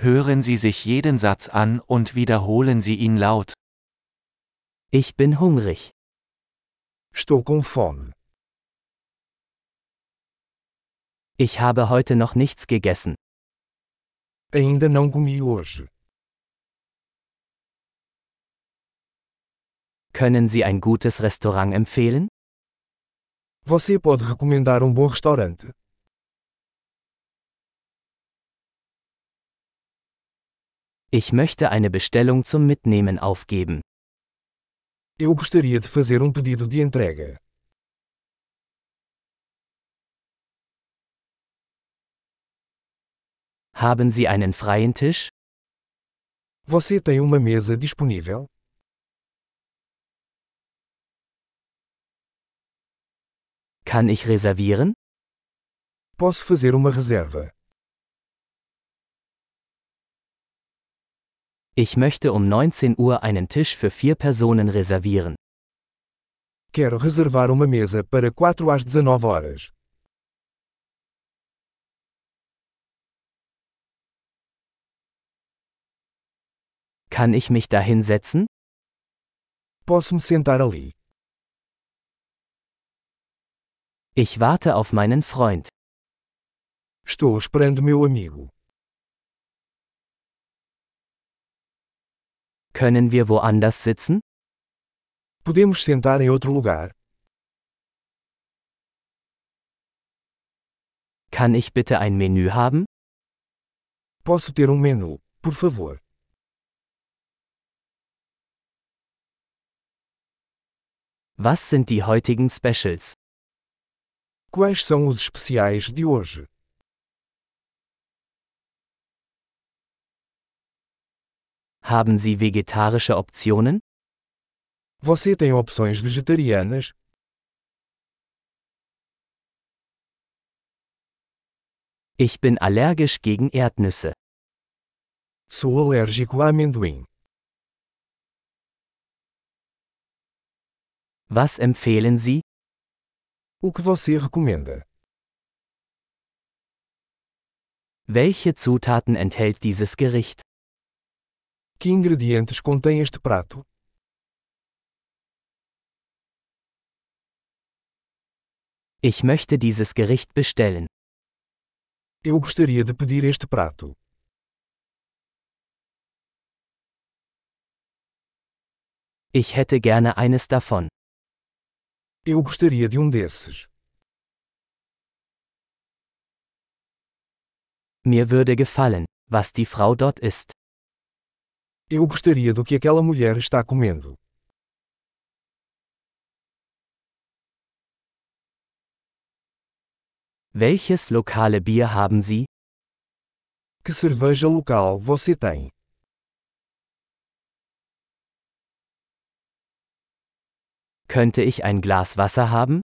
Hören Sie sich jeden Satz an und wiederholen Sie ihn laut. Ich bin hungrig. Estou com fome. Ich habe heute noch nichts gegessen. Ainda não comi hoje. Können Sie ein gutes Restaurant empfehlen? Você pode recomendar um bom restaurante? Ich möchte eine Bestellung zum Mitnehmen aufgeben. Eu gostaria de fazer um pedido de entrega. Haben Sie einen freien Tisch? Você tem uma mesa disponível? Kann ich reservieren? Posso fazer uma reserva. Ich möchte um 19 Uhr einen Tisch für vier Personen reservieren. Quero reservar uma mesa para 4 às 19 horas. Kann ich mich da hinsetzen? Posso me sentar ali. Ich warte auf meinen Freund. Estou esperando meu amigo. Können wir woanders sitzen? Podemos sentar em outro lugar? Kann ich bitte ein Menü haben? Posso ter um menu, por favor. Was sind die heutigen Specials? Quais são os especiais de hoje? Haben Sie vegetarische Optionen? Você tem opções vegetarianas? Ich bin allergisch gegen Erdnüsse. Sou alérgico a amendoim. Was empfehlen Sie? O que você recomenda? Welche Zutaten enthält dieses Gericht? Que ingredientes contém este prato? Ich möchte dieses Gericht bestellen. Eu gostaria de pedir este prato. Ich hätte gerne eines davon. Eu gostaria de um desses. Mir würde gefallen, was die Frau dort isst. Eu gostaria do que aquela mulher está comendo. Welches lokale Bier haben Sie? Que cerveja local você tem? Könnte ich ein Glas Wasser haben?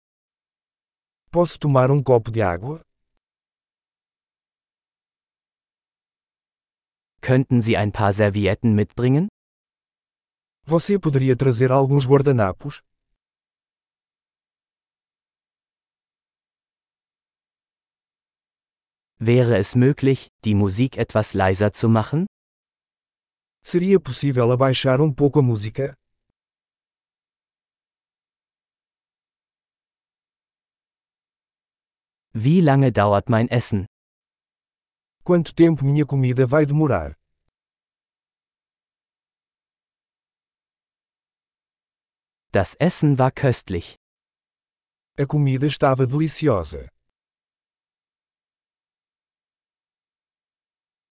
Posso tomar um copo de água? Könnten Sie ein paar Servietten mitbringen? Você poderia trazer alguns guardanapos? Wäre es möglich, die Musik etwas leiser zu machen? Seria possível abaixar um pouco a música? Wie lange dauert mein Essen? Quanto tempo minha comida vai demorar? Das Essen war köstlich. A comida estava deliciosa.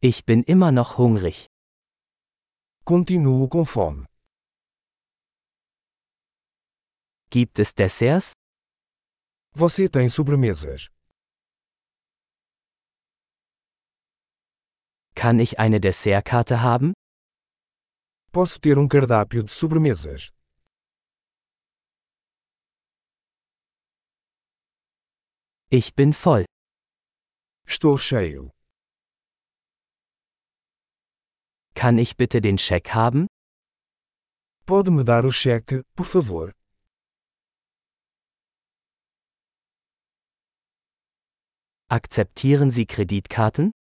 Ich bin immer noch hungrig. Continuo com fome. Gibt es Desserts? Você tem sobremesas. Kann ich eine Dessertkarte haben? Posso ter um cardápio de sobremesas. Ich bin voll. Estou cheio. Kann ich bitte den Scheck haben? Pode me dar o cheque, por favor? Akzeptieren Sie Kreditkarten?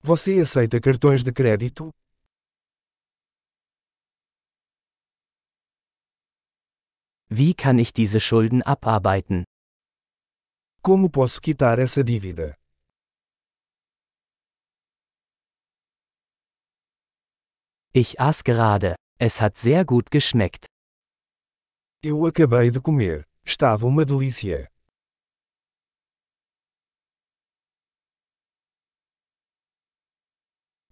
Você aceita cartões de crédito? Wie kann ich diese Schulden abarbeiten? Como posso quitar essa dívida? Ich aß gerade. Es hat sehr gut geschmeckt. Eu acabei de comer. Estava uma delícia.